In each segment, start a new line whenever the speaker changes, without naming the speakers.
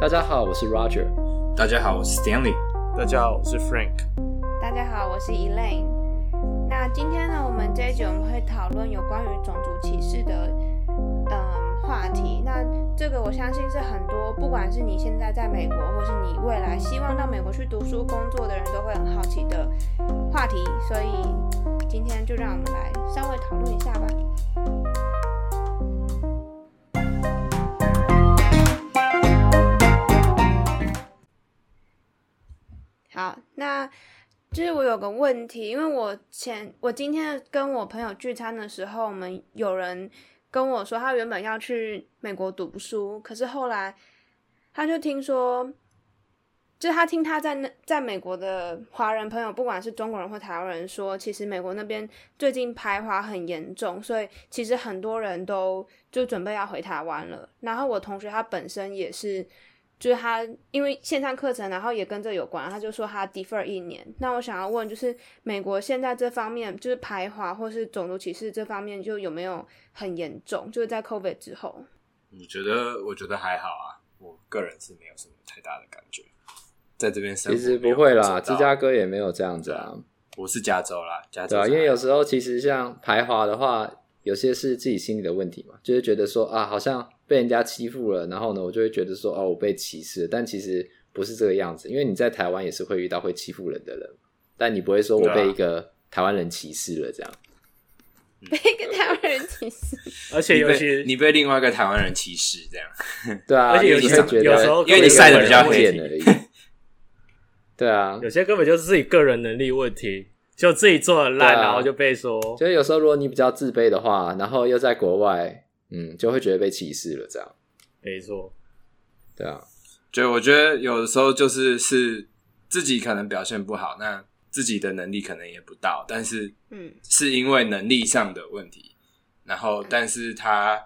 大家好，我是 Roger。
大家好，我是 Stanley。
大家好，我是 Frank。
大家好，我是 Elaine。那今天呢，我们这一集我们会讨论有关于种族歧视的，嗯，话题。那这个我相信是很多，不管是你现在在美国，或是你未来希望到美国去读书、工作的人都会很好奇的话题。所以今天就让我们来稍微讨论一下吧。好，那就是我有个问题，因为我前我今天跟我朋友聚餐的时候，我们有人跟我说，他原本要去美国读书，可是后来他就听说，就是他听他在那在美国的华人朋友，不管是中国人或台湾人说，其实美国那边最近排华很严重，所以其实很多人都就准备要回台湾了。然后我同学他本身也是。就是他因为线上课程，然后也跟这有关，他就说他 defer 一年。那我想要问，就是美国现在这方面，就是排华或是种族歧视这方面，就有没有很严重？就是在 COVID 之后，
我觉得，我觉得还好啊，我个人是没有什么太大的感觉。在这边生活
其实
没
不
有
会
感
啦，
受
芝
到
加哥也没有这样子啊，
我是加州啦，加州
对啊，
是
因为
还好
有时候其实像排华的话，有些是自己心里的问题嘛，就是觉得说啊，好像被人家欺负了，然后呢，我就会觉得说哦，我被歧视了，但其实不是这个样子，因为你在台湾也是会遇到会欺负人的人，但你不会说我
对啊
被一个台湾人歧视了这样。
被一个台湾人歧视，
而且
你
尤
被
其
你被另外一个台湾人歧视这样，
对啊，
而且
因为
有
你
时
会觉得，
有时候
因为你晒得比较黑
贱而已。对啊，
有些根本就是自己个人能力问题，就自己做的烂，
对啊
然后就被说。
所以有时候如果你比较自卑的话，然后又在国外，嗯，就会觉得被歧视了，这样，
没错，
对啊，
就我觉得有的时候就是是自己可能表现不好，那自己的能力可能也不到，但是
嗯，
是因为能力上的问题，然后但是他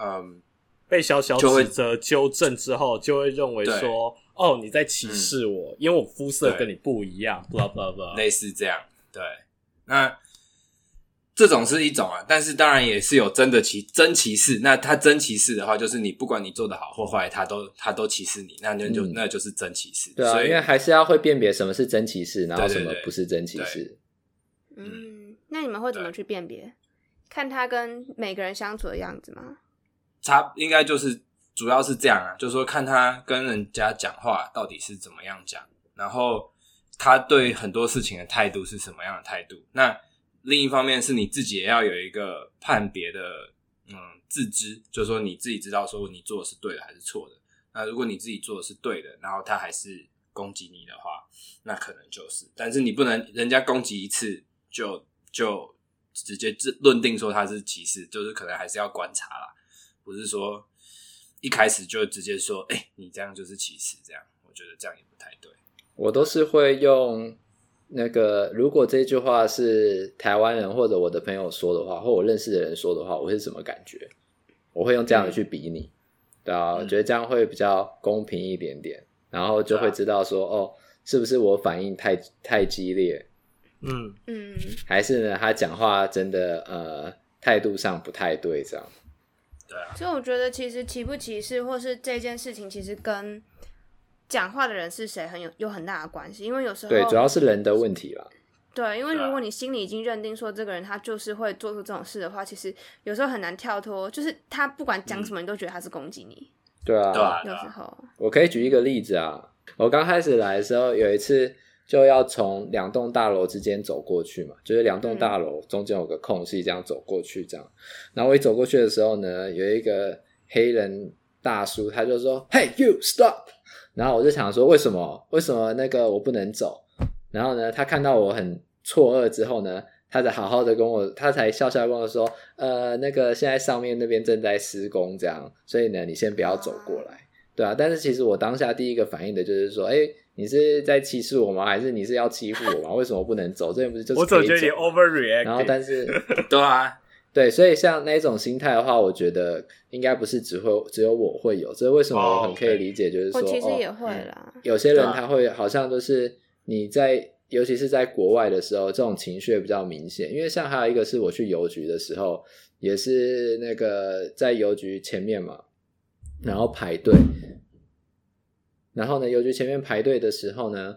嗯
被小小
就会
指责纠正之后，就会认为说：“哦，你在
嗯
歧视我，因为我肤色跟你不一样。” blah blah
啊
blah。
类似这样，对，那。这种是一种啊，但是当然也是有真的歧真歧视。那他真歧视的话，就是你不管你做的好或坏，他都他都歧视你，那那就、
嗯
那就是真歧视。
对啊，
所
因
以
为还是要会辨别什么是真歧视，然后什么
对对对
不是真歧视。
嗯，那你们会怎么
对
去辨别？看他跟每个人相处的样子吗？
差应该就是主要是这样啊，就是说看他跟人家讲话到底是怎么样讲，然后他对很多事情的态度是什么样的态度。那另一方面是你自己也要有一个判别的，嗯，自知，就是说你自己知道说你做的是对的还是错的。那如果你自己做的是对的，然后他还是攻击你的话，那可能就是，但是你不能人家攻击一次就就直接自论定说他是歧视，就是可能还是要观察啦。不是说一开始就直接说，哎、你这样就是歧视，这样，我觉得这样也不太对。
我都是会用那个，如果这句话是台湾人或者我的朋友说的话，或我认识的人说的话，我是什么感觉？我会用这样
嗯
的去比你，对啊，我觉得这样会比较公平一点点，然后就
啊
会知道说，哦，是不是我反应太太激烈，
嗯，
嗯，
还是呢他讲话真的呃态度上不太对这样。
对啊，
所以我觉得其实歧不歧视，或是这件事情，其实跟讲话的人是谁很有有很大的关系，因为有时候
对，主要是人的问题啦。
对，因为
对啊
如果你心里已经认定说这个人他就是会做出这种事的话，其实有时候很难跳脱，就是他不管讲什么，你都觉得他是攻击你。
嗯对啊，
对啊，对
有时
啊，
候，
我可以举一个例子啊，我刚开始来的时候，有一次就要从两栋大楼之间走过去嘛，就是两栋大楼中间有个空隙，这样走过去这样。然后我一走过去的时候呢，有一个黑人大叔，他就说：“Hey you stop！” 然后我就想说，为什么？为什么那个我不能走？然后呢，他看到我很错愕之后呢，他才好好的跟我，他才笑笑地跟我说：“呃，那个现在上面那边正在施工，这样，所以呢，你先不要走过来。”对啊，但是其实我当下第一个反应的就是说，哎、你是在歧视我吗？还是你是要欺负我 吗？为什么不能走？这边不是就是
我总
可以
觉得你
走
overreact。
然后，但是
对啊，
对，所以像那种心态的话，我觉得应该不是只会只有我会有，这是为什么我
哦
很可以理解，就是说，
我其实
哦
也会啦。
有些人
对啊
他会好像就是你在，尤其是在国外的时候，这种情绪会比较明显。因为像还有一个是我去邮局的时候，也是那个在邮局前面嘛，然后排队，然后呢，邮局前面排队的时候呢，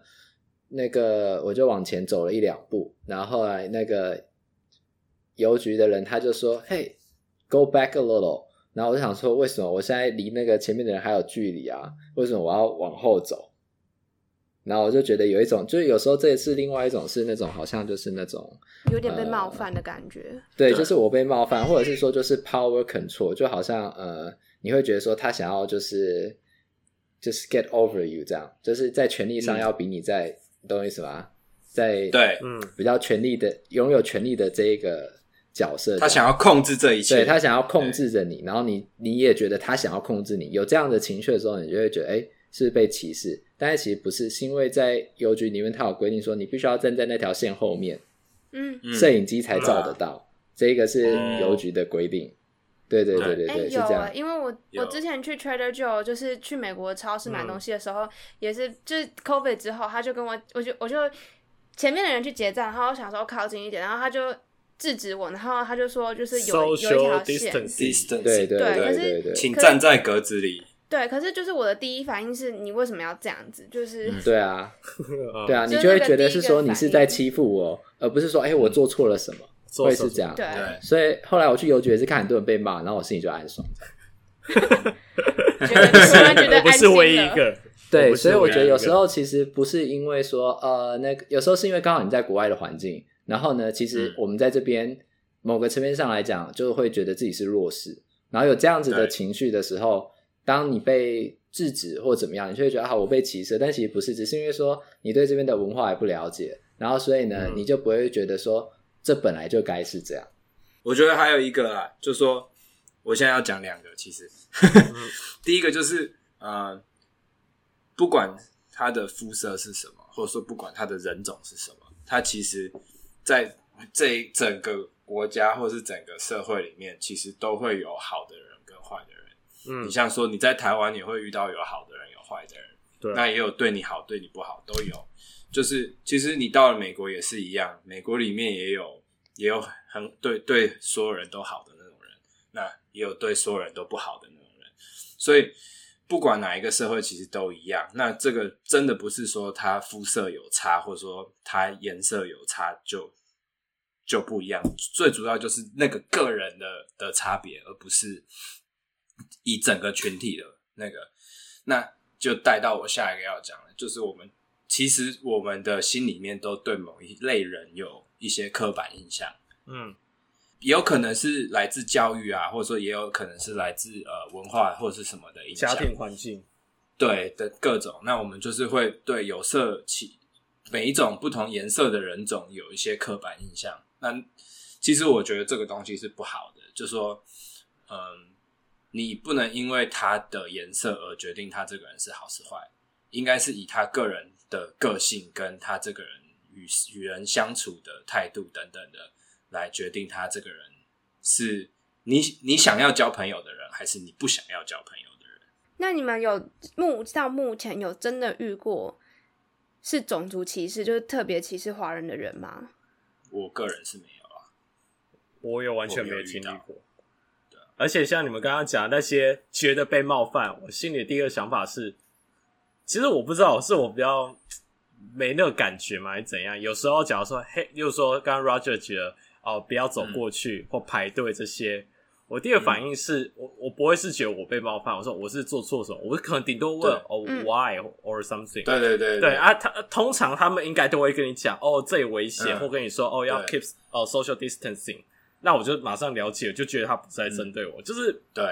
那个我就往前走了一两步，然后后来那个邮局的人他就说：“Hey, go back a little。”然后我就想说，为什么我现在离那个前面的人还有距离啊？为什么我要往后走？然后我就觉得有一种，就是有时候这也是另外一种，是那种好像就是那种
有点
嗯
被冒犯的感觉。
对，就是我被冒犯，或者是说就是 power control，就好像呃，你会觉得说他想要就是就是 get over you 这样，就是在权力上要比你在，你懂我意思吗？在
嗯对，
嗯，
比较权力的拥有权力的这一个角色，
他想要控制这一切，
对他想要控制着你，然后你你也觉得他想要控制你，有这样的情绪的时候，你就会觉得哎。诶是被歧视，但是其实不是，是因为在邮局里面，它有规定说你必须要站在那条线后面，
嗯，
嗯
摄影机才照得到。这个是
哦
邮局的规定。对对对对
哎、
对，是
有
这
啊、
样。
因为我
有
我之前去 Trader Joe，就是去美国超市买
嗯
东西的时候，也是就是 COVID 之后，他就跟我，我就我就前面的人去结账，然后我想说哦靠近一点，然后他就制止我，然后他就说就是有有一
social
条线，
distance，
distance，
对对
对可
对
是
对对，
请站在格子里，
对，可是就是我的第一反应是你为什么要这样子？就是、
嗯
对啊对啊，
就
你
是
就会
那个
觉得
第一
是
个
说你
反
是在
应
欺负我，而不是说哎我做错了什么，
做
会
什
是
么
这样。
对，
所以后来我去邮局也是看很多人被骂，然后我心里就暗爽。
觉得突然觉得
我不
安
是
心
唯一一
了
个，我
对，
不是
所以我觉得有
唯一一
时
个
候其实不是因为说呃那个，有时候是因为刚好你在国外的环境，然后呢，其实
嗯
我们在这边某个层面上来讲，就会觉得自己是弱势，然后有这样子的
对
情绪的时候，当你被制止或怎么样，你就会觉得啊我被歧视，但其实不是，只是因为说你对这边的文化还不了解，然后所以呢，
嗯
你就不会觉得说这本来就该是这样。
我觉得还有一个啊，就说我现在要讲两个，其实 第一个就是呃，不管他的肤色是什么，或者说不管他的人种是什么，他其实在这一整个国家或是整个社会里面，其实都会有好的人跟坏的人。
嗯
你，像说你在台湾，你会遇到有好的人，有坏的人。
对，啊
那也有对你好、对你不好都有。就是其实你到了美国也是一样，美国里面也有也有很对对所有人都好的那种人，那也有对所有人都不好的那种人。所以不管哪一个社会，其实都一样。那这个真的不是说他肤色有差，或者说他颜色有差就就不一样。最主要就是那个个人的的差别，而不是以整个群体的那个。那就带到我下一个要讲的，就是我们其实我们的心里面都对某一类人有一些刻板印象。
嗯
也有可能是来自教育啊，或者说也有可能是来自呃文化或者是什么的影响
家，庭环境，
对的各种，那我们就是会对有色起每一种不同颜色的人种有一些刻板印象。那其实我觉得这个东西是不好的，就说，嗯，你不能因为他的颜色而决定他这个人是好是坏，应该是以他个人的个性跟他这个人与与人相处的态度等等的来决定他这个人是你你想要交朋友的人，还是你不想要交朋友的人。
那你们有目到目前有真的遇过是种族歧视，就是特别歧视华人的人吗？
我个人是没有啊。
我也完全
我没有
没经
遇到
历过。啊而且像你们刚刚讲的那些觉得被冒犯，我心里的第一个想法是，其实我不知道是我比较没那个感觉嘛，还是怎样？有时候假如说，嘿，又说刚刚 Roger 觉得哦，不要走过
嗯
去、或排队这些，我第一个反应是、我我不会是觉得我被冒犯，我说我是做错什么，我可能顶多问
对
哦
嗯
why or something，
对对对
对，啊，他通常他们应该都会跟你讲哦，这里危险，
嗯
或跟你说哦要
对
keep 哦 social distancing。那我就马上了解，我就觉得他不是在针对我，就是
对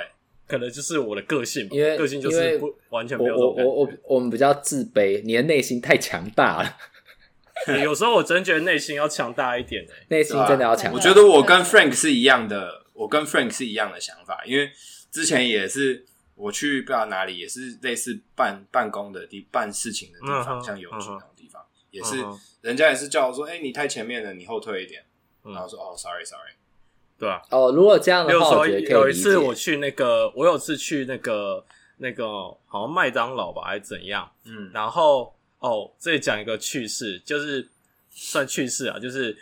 可能就是我的个性吧，
嗯因为
个性就
因为
是不完全
我
没有这
我
种感
我我
觉。
我们比较自卑，你的内心太强大了，
有时候我真觉得内心要强大一点、欸，
内心真的要强大。
对
我觉得我跟 Frank 是一样的，我跟 Frank 是一样的想法，因为之前也是我去不知道哪里，也是类似办办公的地办事情的地
嗯
方，
哼
像邮局
嗯哼
那种地方，也是、
嗯哼
人家也是叫我说，哎、你太前面了，你后退一点，
嗯
然后说哦，sorry sorry，
对吧、
哦，如果这样
比
的
如
话，我
说
觉得可以
有一
理
次
解
我去那个，我有次去那个那个好像麦当劳吧，还是怎样，
嗯，
然后哦，这里讲一个趣事，就是算趣事啊，就是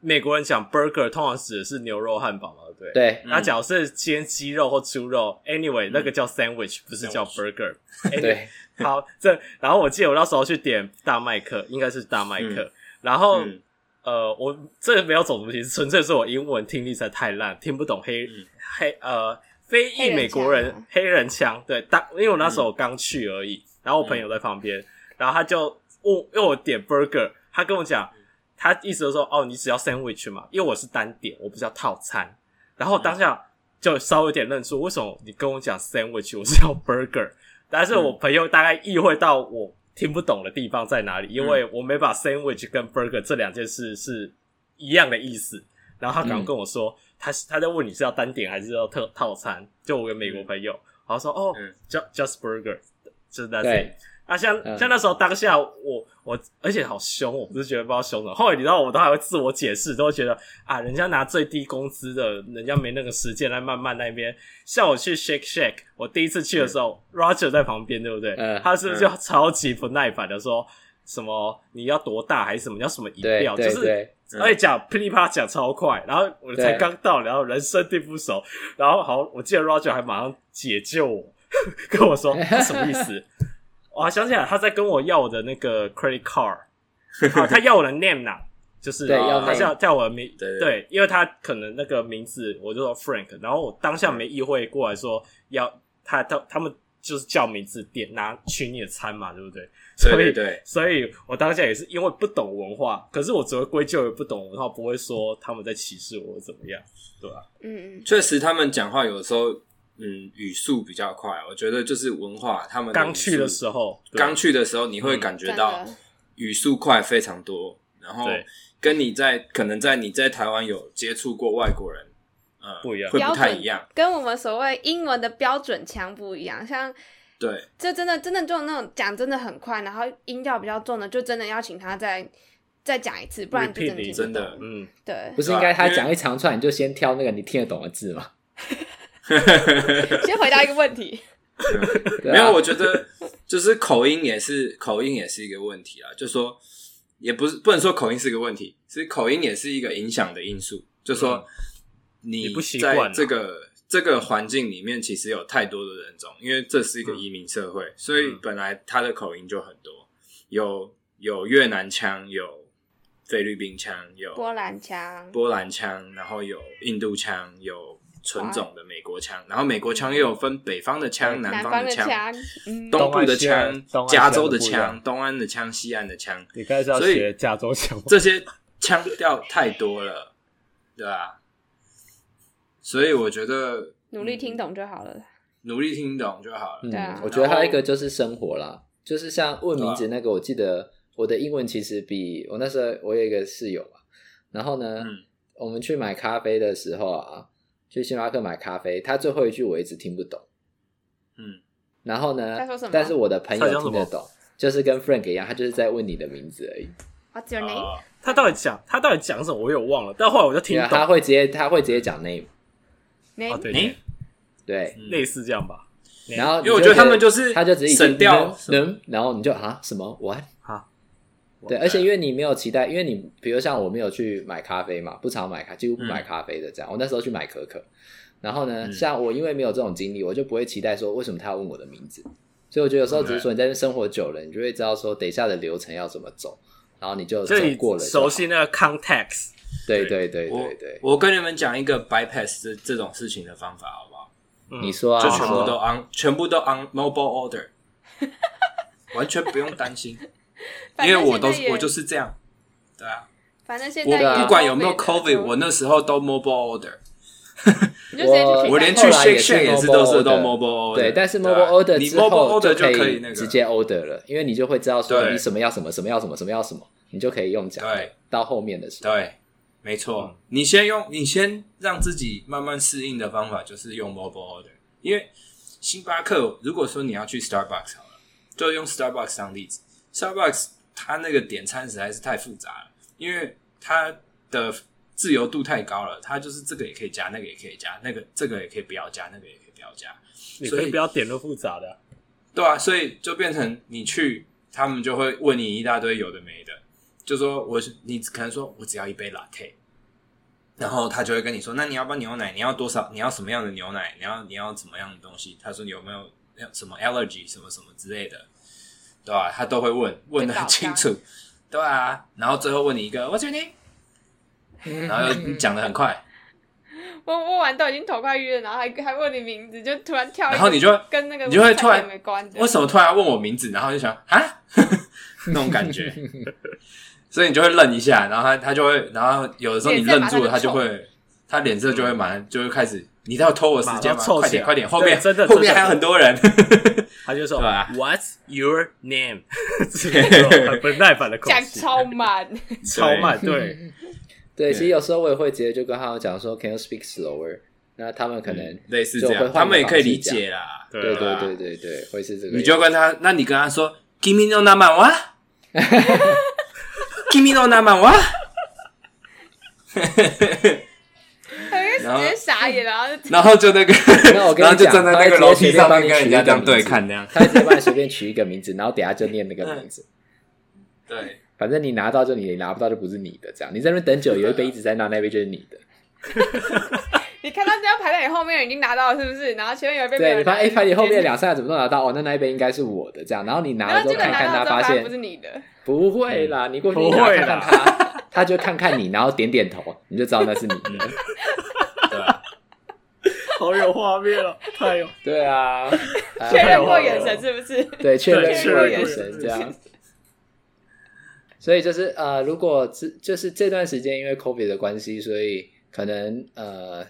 美国人讲 burger 通常指的是牛肉汉堡嘛，对不对？
对
那假如是煎鸡肉或猪肉，anyway 那个叫 sandwich，不是叫 burger。Anyway，
对，
好，这然后我记得我那时候去点大麦克，应该是大麦克，然后、
嗯
呃，我这个没有走什么形式，纯粹是我英文听力实在太烂，听不懂黑、
嗯
黑呃非
黑
裔
人
美国人
腔啊
黑人腔，对，当因为我那时候我刚去而已，然后我朋友在旁边，然后他就问，因为我点 burger，他跟我讲，他意思就是说哦，你只要 sandwich 嘛，因为我是单点，我不是要套餐，然后当下就稍微有点认出，为什么你跟我讲 sandwich，我是要
嗯
burger，但是我朋友大概意会到我听不懂的地方在
嗯
哪里，因为我没把 sandwich 跟 burger 这两件事是一样的意思。然后他刚刚跟我说，
嗯
他是他在问你是要单点还是要特套餐，就我跟美国朋友，然后说哦、
嗯
j u s t just burger，就是 that's
对
it。啊，像
嗯
像那时候当下我我，而且好凶，我不是觉得不知道凶什么。后来你知道，我都还会自我解释，都会觉得啊，人家拿最低工资的，人家没那个时间来慢慢那边。像我去 Shake Shake，我第一次去的时候、r o g e r 在旁边，对不对？
嗯
他是不是就超级不耐烦的说什么你要多大还是什么你要什么仪
对
表，就
对
是
对，
嗯
而且哎讲噼里啪啦讲超快，然后我才
对
刚到，然后人生地不熟，然后好，我记得 Roger 还马上解救我， 跟我说这什么意 思？我还想起来他在跟我要我的那个 credit card，啊他要我的 name 呐，就是啊
对
要
他
name
叫叫我的名，
对对
对，因为他可能那个名字我就说 Frank，然后我当下没意会过来说要他他他们就是叫名字点拿取你的餐嘛，对不对？所以
对对对
所以我当下也是因为不懂文化，可是我只会归咎于不懂文化，不会说他们在歧视我怎么样。
嗯嗯，
确实他们讲话有时候嗯语速比较快，我觉得就是文化他们
刚去的时
候，
候，对啊
刚去的时候你会
嗯
感觉
真
到
的，
语速快非常多，然后
对
跟你在可能在你在台湾有接触过外国人，呃，
不一样
会不
标
太
准
一样，
跟我们所谓英文的标准腔不一样，像
对，
这真的真的就那种讲真的很快，然后音调比较重的，就真的要请他再再讲一次，不然就
Repeat
真的听
你
不
真的
懂
嗯，
对
不，是应该他讲一长串，你就先挑那个你听得懂的字 嘛？
先回答一个 问题，
对啊
没有，我觉得就是口音也是 口音也是一个问题啊啦，就说也不是不能说口音是个问题，是口音也是一个影响的因素，就说你
嗯你不习惯啊
在这个这个环境里面，其实有太多的人种，因为这
嗯
是一个移民社会，所以本来他的口音就很多，有有越南腔，有菲律宾腔，有
波兰腔，
波兰腔，然后有印度腔，有纯种的美国腔，然后美国
嗯
腔又有分北方的腔、南
南
方
方
的
的
腔、
腔，嗯，
东部的腔
东、岸西
加
岸
州的
东岸西岸的不一
腔、东安的腔、西岸的腔，
你刚才是要
所以
学加州腔吗？
这些腔调太多了，对吧、所以我觉得
努力听懂就好了。
努力听懂就好了。
嗯
对啊，
我觉得还有一个就是生活
哦
啦，就是像问名字
对
那个，我记得我的英文其实比我那时候我有一个室友嘛，啊然后呢，
嗯
我们去买咖啡的时候啊，去星巴克买咖啡，他最后一句我一直听不懂，
嗯，
然后呢
他说什么，
但是我的朋
他讲
友
什么
听得懂，就是跟 Frank 一样，他就是在问你的名字而已，
What's your name？
哦
他到底讲他到底讲什么，我也忘了。但后来我就听
对啊，
懂
他，会直接他会直接讲 name，
哦
name
诶
对对，
对，
嗯
类似这样吧。
然后
因
你
为我觉得他们
就
就是
他就只是已经
省掉
能，然后你就啊什么 what
啊，
对，而且因为你没有期待，因为你比如像我没有去买咖啡嘛，不常买咖，几乎不买咖啡的这样。我那时候去买可可，然后呢，
嗯
像我因为没有这种经历，我就不会期待说为什么他要问我的名字。所以我觉得有时候只是说你在这边生活久了，你就会知道说等一下的流程要怎么走，然后你就走
就你
嗯过了就好
熟。悉那个 context，
对对对
我
对对，
我跟你们讲一个 bypass 这这种事情的方法，好不好？
嗯
你说啊，
就
你
全部
说
都 on，全部都 on mobile order，完全不用担心，因
反
为
正
我都
现在也
我就是这样，对啊，
反正现
我
在
对啊
也
不管有没有 COVID，
了
我那时候都 mobile order，
你就直接去
对
取
我
代
连去
后来
Shake
也是
Shake 也是
mobile
都是都
order
mobile order，
对，但是
啊
mobile order
你
之
mobile
后
order 就
可
以那个
直接 order 了，因为你就会知道说
对
你什么要什么，什么要什么，什么要什么，你就可以用讲的。
对
到后面的时候，
对，没错，你先用你先让自己慢慢适应的方法就是用 mobile order，因为星巴克如果说你要去 Starbucks 好了，就用 Starbucks 当例子，Starbucks 它那个点餐实在是太复杂了，因为它的自由度太高了，它就是这个也可以加，那个也可以加，那个这个也可以不要加，那个也可以不要加，
你
所
可
以
以不要点那么复杂的啊。
对啊，所以就变成你去，他们就会问你一大堆有的没的，就说我是你可能说我只要一杯 latte，然后他就会跟你说，那你要不要牛奶？你要多少？你要什么样的牛奶？你要你要怎么样的东西？他说你有没有什么 allergy 什么什么之类的，对吧、他都会问，问的很清楚，对啊。然后最后问你一个 What's your name？然后又讲的很快，
我我玩到已经头快晕了，然后还还问你名字，就突然跳一个，
然后你就
跟那个
你就会
菜
突然
单没关的，
为什么突然问我名字？然后就想啊， 那种感觉，所以你就会愣一下，然后他他就会，然后有的时候你愣住了，
脸色马上就
他就会，他脸色就会马上就会开始，你在偷我时间
马
吗？
上凑
快
起来
点快点，后面
对真的
后面
真的
还有很多人，
他就说、
对啊
What's your name？这种很不耐烦的口
讲
气，
超 慢，
超慢，对，
对，其实有时候我也会直接就跟他们讲说，Can you speak slower？那他们可能
类似
就
这
会
样，
换
他们也
个
可以
方式
理
讲
解啦。
对
对
嗯啊
对对对对，会是这个样子。
你就跟他，那你跟他说，Kimi no n a m a wa。Kimi no n a m a wa。
直
然后
接傻眼，然后就
然后就那个，
那我跟你讲
然后就站在那个楼梯上面跟人家这样
他会
对
直接帮
看那样。
他直接帮你随便取一个名字，然后等下就念那
嗯
个名字。
对，
反正你拿到就你，你拿不到就不是你的。这样，你在那边等久，有一杯一直在那，那杯就是你的。
你看到这样排在你后面已经拿到了，是不是？然后前面有一杯没
对，
有
你
拿
发现哎，发现后面的两三个怎么都拿到，哦，那那一杯应该是我的。这样，然后你拿
然
了
后
之后
结果
看看他，
拿到
发
之后发不
现
是你的，
不会啦，你过去
嗯不
拿
会
看看
啦
他，他就看看你，然后点点头，你就知道那是你
嗯
的。
对啊，
好有画面哦，太有
对啊，
确
哎
认过眼神是不是？
对，确认
确
过
认
眼
眼
神
神
这样。 所以就是呃，如果这就是这段时间因为 COVID 的关系，所以可能呃，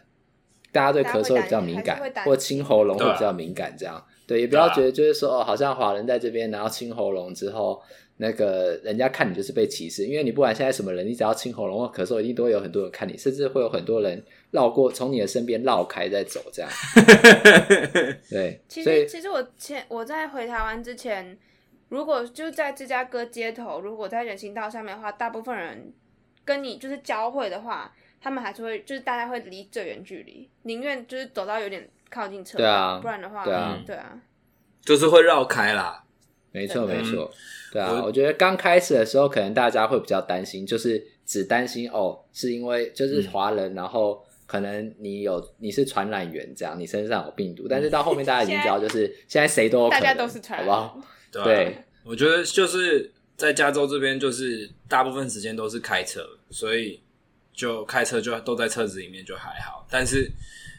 大家对咳嗽比较敏
大家
感
会担，心
或清喉咙
对
会
啊
比较敏感，这样对，也不
对啊
要觉得就是说哦，好像华人在这边，然后清喉咙之后，那个人家看你就是被歧视，因为你不管现在什么人，你只要清喉咙或咳嗽，一定都会有很多人看你，甚至会有很多人绕过从你的身边绕开再走这样。对，
其
所以
实，其实我前我在回台湾之前，如果就在芝加哥街头，如果在人行道上面的话，大部分人跟你就是交汇的话，他们还是会就是大家会离最远距离，宁愿就是走到有点靠近车道，
对啊
不然的话，
对啊
对啊，
就是会绕开啦。
没错，没
真的
嗯
错，对啊，
我
我觉得刚开始的时候，可能大家会比较担心，就是只担心哦，是因为就是华人，然后可能你有你是传染源，这样你身上有病毒，但是到后面大家已经 知道，就是现在谁都有可能，
嗯大家都是
好
传染
不 好？
对啊
对，
我觉得就是在加州这边，就是大部分时间都是开车，所以就开车就都在车子里面就还好。但是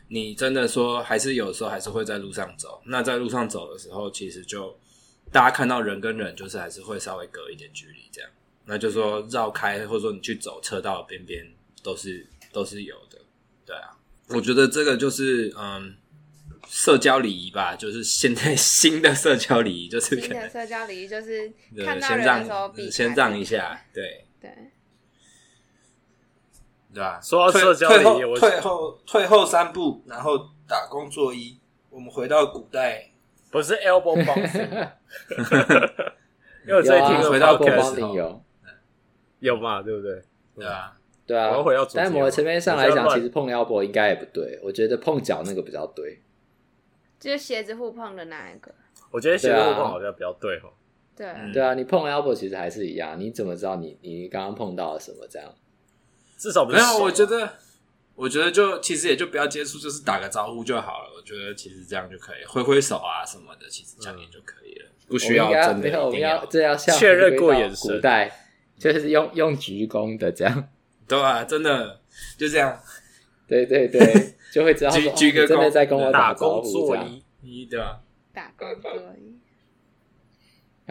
你真的说，还是有时候还是会在路上走。那在路上走的时候，其实就大家看到人跟人，就是还是会稍微隔一点距离这样。那就说绕开，或者说你去走车道的边边，都是都是有的。对啊，我觉得这个就是嗯。社交礼仪吧，就是现在 新的社交礼仪，就是可
新
能
的社交礼仪就是
对，
看到
先
人
让
的时候避开
先让一，下，对
对，
对吧、
说到
退
社交
退
礼
后
仪我
退后退后三步，然后打工作揖。我们回到古代，
不是 elbow bouncing，因为 我最近
有
听
啊
了
回到
包括
podcast
帮顶
哦
有，
有嘛，对不对？
对吧、
对啊
我要回到主，题
但某个层面上来
我
讲
觉，得
其实碰腰脖应该也不对，我觉得碰脚那个比较对。
就是鞋子互碰的那一个，
我觉得写的不好像比较对吼。
对，
嗯
对啊，你碰 elbow 其实还是一样，你怎么知道你你刚刚碰到了什么？这样
至少不
没
是
有，我觉得，我觉得就其实也就不要接触，就是打个招呼就好了。我觉得其实这样就可以，挥挥手啊什么的，其实这样也就可以了，不
我
需
们应
要
该
真的
没有，我
一
们
定
要
要，
这要像
确认过眼神
古代就是用用鞠躬的这样。
对啊？真的就这样，
对对 对，就会知道
鞠
说哦
鞠
你
个
真的
躬
在跟我
打
招
工
呼这
作
样。
揖，
一对吧、
打工作揖。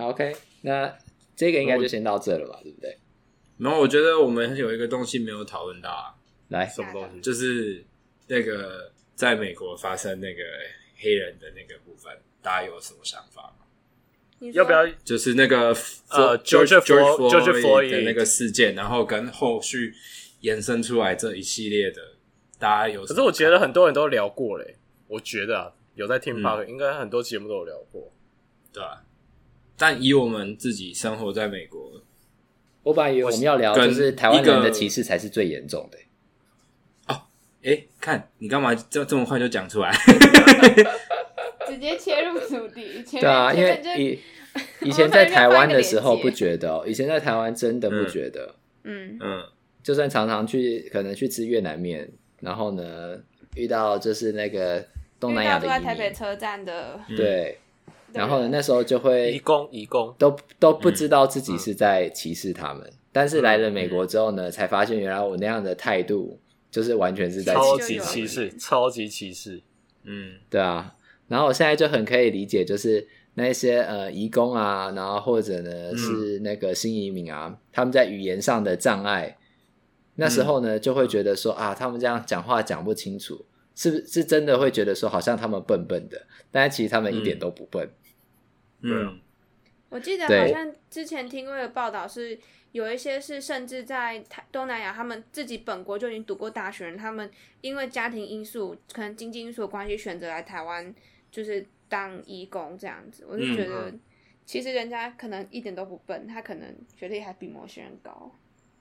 好，OK，那这个应该就先到这了吧，对不对？
然后我觉得我们有一个东西没有讨论到啊，
来，
什么东西？
就是那个在美国发生那个黑人的那个部分，大家有什么想法吗？
你说
要不要
就是那个
呃
George
George Floyd- George
George
Floyd
的那个事件，然后跟后续延伸出来这一系列的，大家有什么看
可
法？
是我觉得很多人都聊过嘞，我觉得啊，有在听
嗯
p 应该很多节目都有聊过。
对啊，但以我们自己生活在美国
我本来以为我们要聊
跟
就是台湾
一个
人的歧视才是最严重的，
哎、看你干嘛这这么快就讲出来？
直接切入主题？前面
对啊，因
前
为
面就
以以
我
前
们
在
可能
台
要放一
湾
个
的时
连
候
接
不觉得哦，以前在台湾真的不
嗯
觉得，
嗯，
嗯，
就算常常去，可能去吃越南面，然后呢，遇到就是那个东南亚
遇
的
到
移
住在台北
民，
车站的，
对，然后呢，
人
那时候就会
移工嗯移工，
都都不知道自己是在歧视他们。但是来了美国之后
嗯
呢，才发现原来我那样的态度就是完全是在
超
歧视
级
他们
歧视，超级歧视，
嗯，
对啊，然后我现在就很可以理解，就是那些呃移工啊，然后或者呢
嗯
是那个新移民啊，他们在语言上的障碍，那时候
嗯
呢就会觉得说啊，他们这样讲话讲不清楚，是不是是真的会觉得说好像他们笨笨的，但其实他们一点
嗯
都不笨。
对啊
嗯，
我记得
对
好像之前听过一个报道是，有一些是甚至在台东南亚，他们自己本国就已经读过大学人，他们因为家庭因素，可能经济因素的关系，选择来台湾就是当义工这样子。我就觉得，其实人家可能一点都不笨，他可能学历还比某些人高。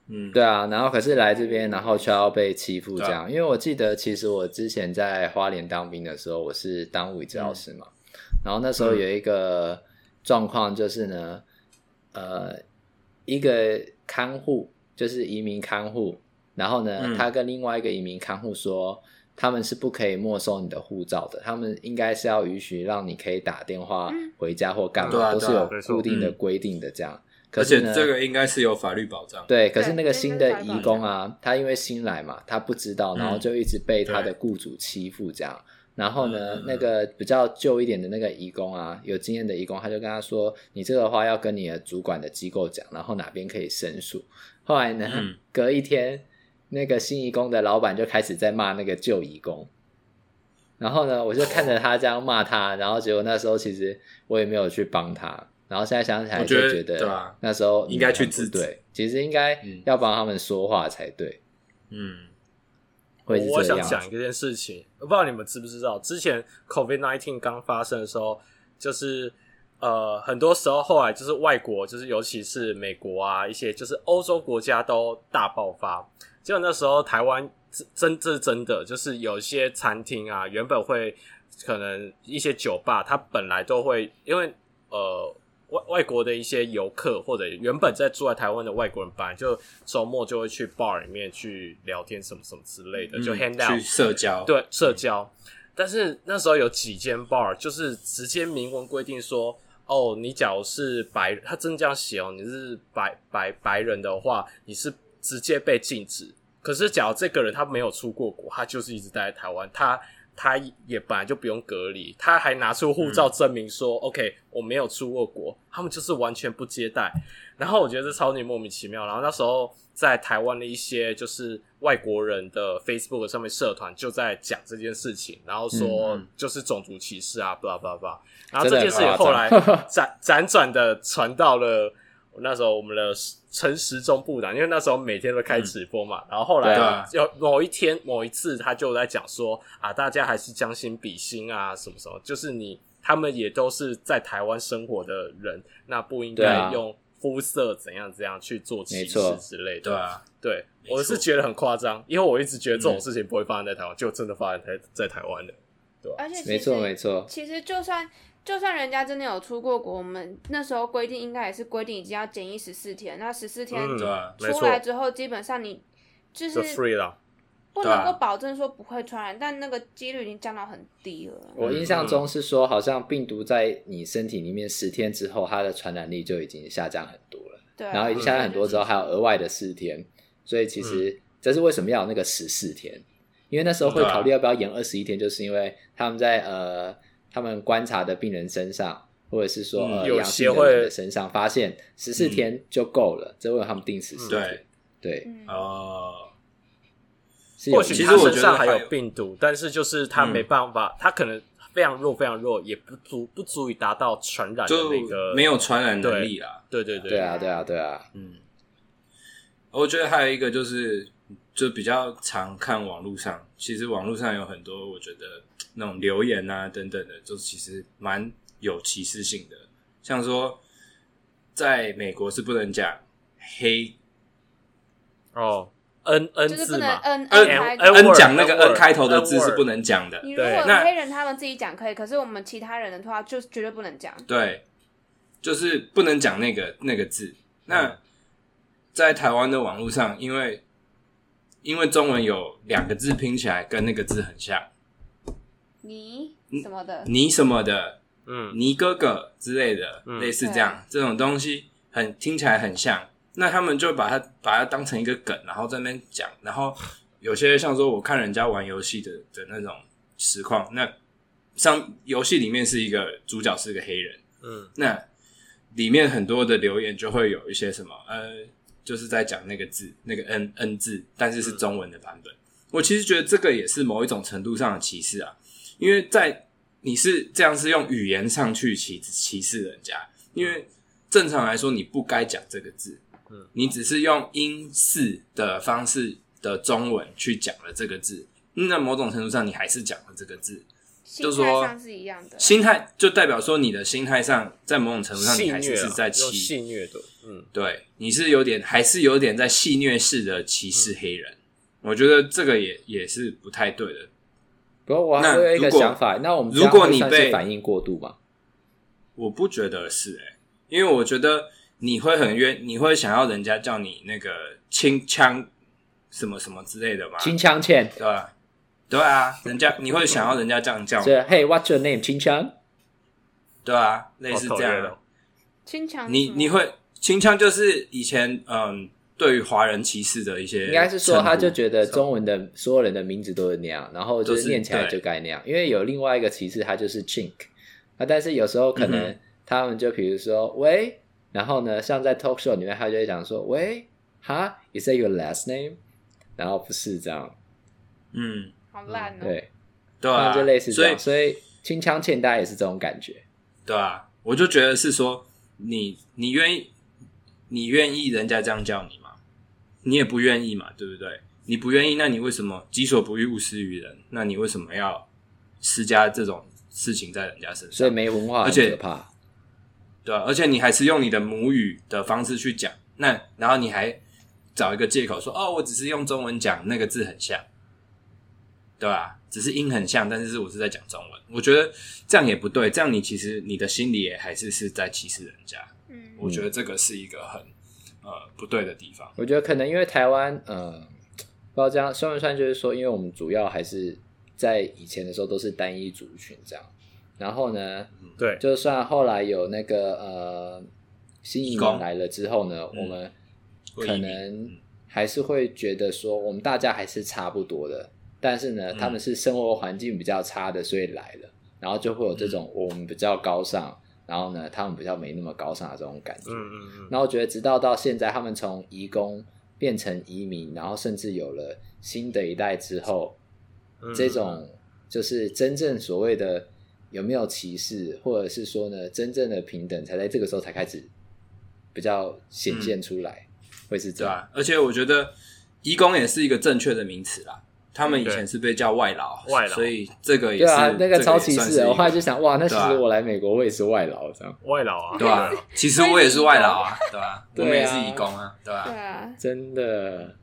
嗯，啊
对啊，然后可是来这边，然后却要被欺负这样。因为我记得，其实我之前在花莲当兵的时候，我是当物理治
嗯
疗师嘛，然后那时候有一个状况就是呢，呃，一个看护就是移民看护，然后呢，
嗯
他跟另外一个移民看护说，他们是不可以没收你的护照的，他们应该是要允许让你可以打电话
嗯
回家或干嘛，
对啊
都是
对啊
有
没错
固定的
嗯
规定的这样。可
而
是
且
呢
这个应该是有法律保障。
对，可是
对
那
这
个
个
新
是
的
法律保
移工啊，他因为新来嘛，他不知道，然后
嗯
就一直被他的
对
雇主欺负这样。然后呢，
嗯
那个比较旧一点的那个移工啊，有经验的移工，他就跟他说：“你这个话要跟你的主管的机构讲，然后哪边可以申诉。”后来呢，
嗯
隔一天，那个新移工的老板就开始在骂那个旧移工。然后呢，我就看着他这样骂他，然后结果那时候其实我也没有去帮他，然后现在想起来
我
就
觉得
觉
对
得
啊
那时候
应该去
嗯
制止
对，其实应该
嗯
要帮他们说话才对，
嗯，
会是
我
这
想
样子。
讲一件事情，我不知道你们知不知道，之前 COVID nineteen 刚发生的时候，就是呃，很多时候后来就是外国，就是尤其是美国啊，一些就是欧洲国家都大爆发。结果那时候台湾这真这是真的，就是有些餐厅啊，原本会可能一些酒吧，它本来都会因为呃外外国的一些游客或者原本在住在台湾的外国人，本来就周末就会去 bar 里面去聊天什么什么之类的，就
嗯
hand out
去社交，，
对社交。但是那时候有几间 bar 就是直接明文规定说，哦，你假如是白，他真这样写哦，你是白白白人的话，你是直接被禁止。可是假如这个人他没有出过国，他就是一直待在台湾，他他也本来就不用隔离，他还拿出护照证明说、o k 我没有出过国，他们就是完全不接待。然后我觉得这超级莫名其妙。然后那时候在台湾的一些就是外国人的 Facebook 上面社团就在讲这件事情，然后说
嗯嗯
就是种族歧视啊，blah blah blah。然后
真的
这件事情
很
后
夸
来
张
辗辗转的传到了那时候我们的陈时中部长，因为那时候每天都开直播
嗯
嘛，然后后
对
来
啊
有某一天某一次他就在讲说啊，大家还是将心比心啊，什么什么，就是你他们也都是在台湾生活的人，那不应
对
该
啊
用肤色怎样怎样去做歧
没
视
错
之类的。
对啊，
对，
没错
我是觉得很夸张，因为我一直觉得这种
嗯
事情不会发生在台湾，就真的发生在在台湾了。
而且
没错，没错，
嗯
其实就算就算人家真的有出过国，我们那时候规定应该也是规定已经要检疫十四天，那十四天
嗯
对啊，
没
出
错，
来之后，基本上你就
就是 free 了。
不
对啊
能够保证说不会传染，但那个几率已经降到很低了。
我印象中是说，好像病毒在你身体里面十天之后，它的传染力就已经下降很多了，
对啊，
然后已经下降很多之后，还有额外的四
嗯
天，所以其实这是为什么要有那个十四天，因为那时候会
对啊
考虑要不要延二十一天，就是因为他们在呃他们观察的病人身上。或者是说，
嗯
呃，
有
阳性
些
的人
会嗯
的身上发现十四天就够了，这为什么他们定十四
对啊
天？对，
嗯，
哦，
是有
或许
影
他
响
其实我觉得
身上
还
还有
有
病毒，但是就是他
嗯
没办法，他可能非常弱，非常弱，也不足不足以达到传染的
就
嗯那个
没有。传染能力啦。
对对
对啊，对啊，对啊，
嗯，我觉得还有一个就是，就比较常看网络上，其实网络上有很多我觉得那种留言啊等等的，就其实蛮有歧视性的。像说，在美国是不能讲黑
哦，N N
就是
字
不能
嘛，
嗯
呃
嗯开头。
N
N
word，
讲那个
N word，
N 开头的字
N word
是不能讲的。
你如果
对
那
黑人他们自己讲可以，可是我们其他人的话就绝对不能讲。
对，就是不能讲那个那个字。那、
嗯
在台湾的网络上，因为因为中文有两个字拼起来跟那个字很像，
你什么的，
你什么的，
嗯，
尼哥哥之类的，
嗯
类似这样这种东西很，听起来很像。那他们就把它把它当成一个梗，然后在那边讲。然后有些像说，我看人家玩游戏的的那种实况，那像游戏里面是一个主角是个黑人，
嗯，
那里面很多的留言就会有一些什么呃，就是在讲那个字，那个 n n 字，但是是中文的版本。我其实觉得这个也是某一种程度上的歧视啊，因为在你是这样是用语言上去歧歧视人家，因为正常来说你不该讲这个字，
嗯，
你只是用英式的方式的中文去讲了这个字，那某种程度上你还是讲了这个字，
心
就
态
说
上是一样的。
心态就代表说你的心态上，在某种程度上你
戏
还
虐
是是
啊
在
用
歧，
戏虐的，嗯，
对，你是有点还是有点在戏虐式的歧视黑人，我觉得这个也也是不太对的。
不过我还
那
会有一个
如果
想法，那我们
如果
这样会
你
算是
被
反应过度嘛，
我不觉得是诶、因为我觉得你会很冤，你会想要人家叫你那个清腔什么什么之类的嘛，
清腔欠，
对吧？对啊，人家你会想要人家这样叫你，
这 Hey what's your name 清腔，
对啊，类
好
似
讨
这
厌
样啊
哦。。
清强，
你你会清腔就是以前嗯对于华人歧视的一些称呼，
应该是说他就觉得中文的所有人的名字都是那样，然后就
都
是
是
念起来
对
就该那样，因为有另外一个歧视，他就是 chink 啊，但是有时候可
嗯
能他们就比如说、喂，然后呢，像在 talk show 里面，他就会讲说喂哈，is that your last name？然后不是这样，
嗯
好烂哦、
对，
对
他
啊，
们就类似这
所以
样，所以清腔欠大家也是这种感觉。
对啊，我就觉得是说你你愿意你愿意人家这样叫你吗？你也不愿意嘛，对不对？你不愿意，那你为什么己所不欲，勿施于人？那你为什么要施加这种事情在人家身上？
所以没文化
啊而
很
且
可怕。
对啊、而且你还是用你的母语的方式去讲，那然后你还找一个借口说哦，我只是用中文讲，那个字很像，对吧、只是音很像，但是我是在讲中文。我觉得这样也不对，这样你其实你的心里也还是是在歧视人家。
嗯，
我觉得这个是一个很呃不对的地方。
我觉得可能因为台湾，呃，不知道这样算不算，就是说，因为我们主要还是在以前的时候都是单一族群这样，然后呢，
嗯
对，
就算后来有那个呃新移
移
民
工
来了之后呢，
嗯
我们
会
可
移民
能
嗯
还是会觉得说，我们大家还是差不多的，但是呢，
嗯
他们是生活环境比较差的，所以来了，然后就会有这
嗯
种我们比较高尚，然后呢，他们比较没那么高尚的这种感觉。
嗯嗯嗯，
那我觉得直到到现在，他们从移工变成移民，然后甚至有了新的一代之后，
嗯
这种就是真正所谓的有没有歧视，或者是说呢，真正的平等，才在这个时候才开始比较显现出来，会是这
对
样。
啊，而且我觉得义工也是一个正确的名词啦。他们以
对
前是被叫外劳，
外劳
所以这个也
对
是
啊，那
这个
超
也
歧
算
视
是一
的。
个
我后来就想，哇，那其
对
实
啊
我来美国，我也是外劳这样。
外劳啊，
对 啊，其实我也是外劳啊， 对吧、我
对啊
们也是义工啊，对吧、
对啊，
真的，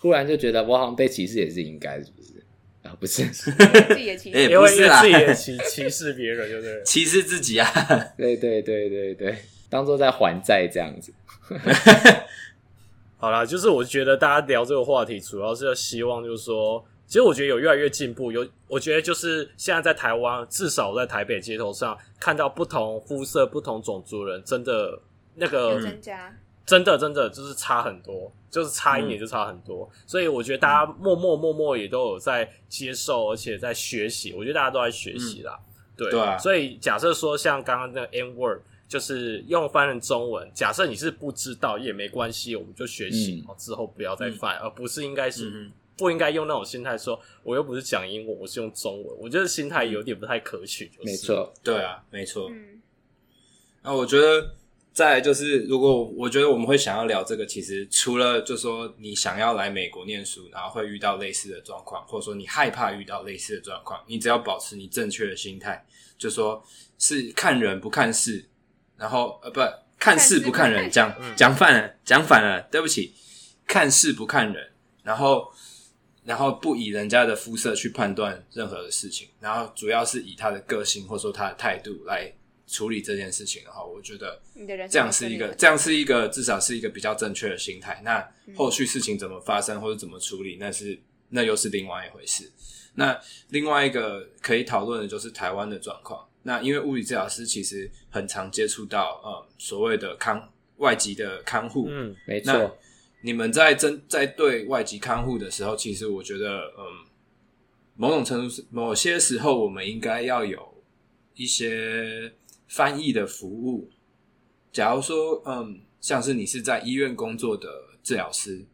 忽然就觉得我好像被歧视也是应该，是不是？啊，不是，
自己也歧
哎
视。
因为
不
因
是
为
啦
自己也歧歧视别人，对不对？
歧视自己啊，
对对对对对，当做在还债这样子。
好啦，就是我觉得大家聊这个话题，主要是要希望就是说，其实我觉得有越来越进步，有我觉得就是现在在台湾，至少在台北街头上看到不同肤色、不同种族人，真的那个
有增加，
真的真的就是差很多，就是差一年就差很多，所以我觉得大
嗯
家默默默默也都有在接受，而且在学习。我觉得大家都在学习啦，
嗯
对，
对啊
所以假设说像刚刚那个 N word，就是用翻成中文，假设你是不知道也没关系，我们就学习，
嗯
然后之后不要再犯，而不是应该是、
嗯
不应该用那种心态说，我又不是讲英文，我是用中文，我觉得心态有点不太可取，就是、
没，错，
对啊，没错。
嗯，
那我觉得，再来就是，如果我觉得我们会想要聊这个，其实除了就说你想要来美国念书，然后会遇到类似的状况，或者说你害怕遇到类似的状况，你只要保持你正确的心态，就说是看人不看事，然后呃不看事不看人，
看事不
讲
看
嗯
讲反了，讲反了，对不起，看事不看人，然后然后不以人家的肤色去判断任何的事情，然后主要是以他的个性或者说他的态度来处理这件事情的话，我觉得
你的人生
这样是一个这样是一个至少是一个比较正确的心态。那
嗯
后续事情怎么发生或者怎么处理，那是那又是另外一回事。那另外一个可以讨论的就是台湾的状况。那因为物理治疗师其实很常接触到呃所谓的看外籍的看护，
嗯，
没
那
错，
你们在针在对外籍看护的时候，其实我觉得，嗯，某种程度是某些时候，我们应该要有一些翻译的服务。假如说，嗯，像是你是在医院工作的治疗师，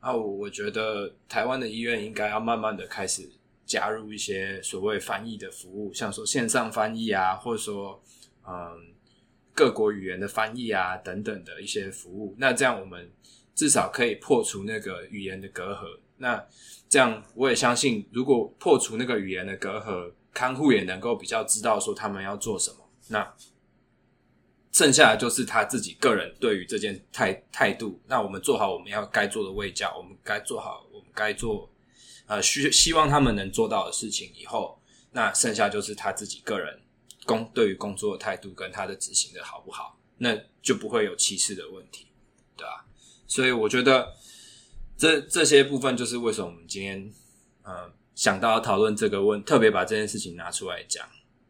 啊，我我觉得台湾的医院应该要慢慢的开始加入一些所谓翻译的服务，像说线上翻译啊，或者说嗯各国语言的翻译啊等等的一些服务。那这样我们至少可以破除那个语言的隔阂。那这样我也相信，如果破除那个语言的隔阂，看护也能够比较知道说他们要做什么。那剩下的就是他自己个人对于这件态态度。那我们做好我们要该做的卫教，我们该做好我们该做呃需希望他们能做到的事情以后，那剩下就是他自己个人工对于工作的态度跟他的执行的好不好，那就不会有歧视的问题，对吧、所以我觉得这这些部分就是为什么我们今天呃想到要讨论这个问，特别把这件事情拿出来讲，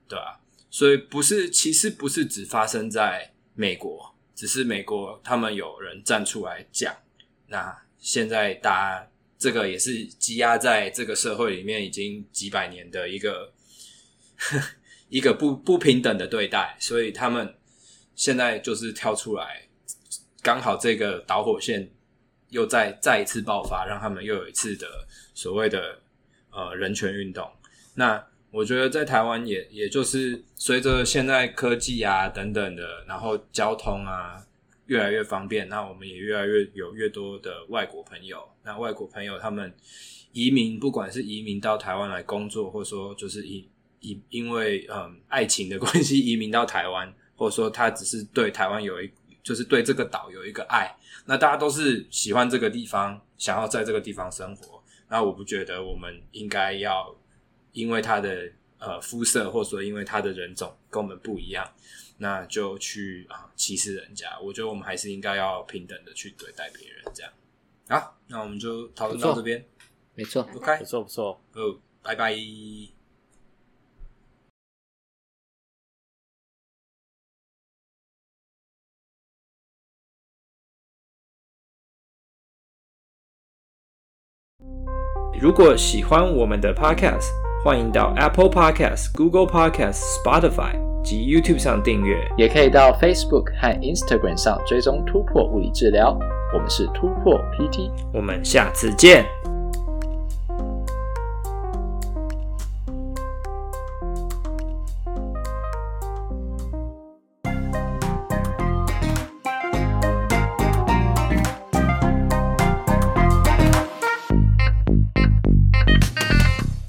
对吧、所以不是，其实不是只发生在美国，只是美国他们有人站出来讲，那现在大家这个也是积压在这个社会里面已经几百年的一个 一个不不平等的对待，所以他们现在就是跳出来，刚好这个导火线又再再一次爆发，让他们又有一次的所谓的呃人权运动。那我觉得在台湾也也就是随着现在科技啊等等的，然后交通啊越来越方便，那我们也越来越有越多的外国朋友。那外国朋友他们移民，不管是移民到台湾来工作，或者说就是移移因为嗯爱情的关系移民到台湾，或者说他只是对台湾有一就是对这个岛有一个爱，那大家都是喜欢这个地方，想要在这个地方生活。那我不觉得我们应该要因为他的呃肤色，或者说因为他的人种跟我们不一样，那就去啊、歧视人家。我觉得我们还是应该要平等的去对待别人，这样。好，那我们就讨论
不
到
错
这边
没错。
嗯
，OK，
不错不错。
哦，拜拜。如果喜欢我们的 Podcast，欢迎到 Apple Podcast、Google Podcast、Spotify 及 YouTube 上订阅。
也可以到 Facebook 和 Instagram 上追踪突破物理治疗，我们是突破 PT。
我们下次见。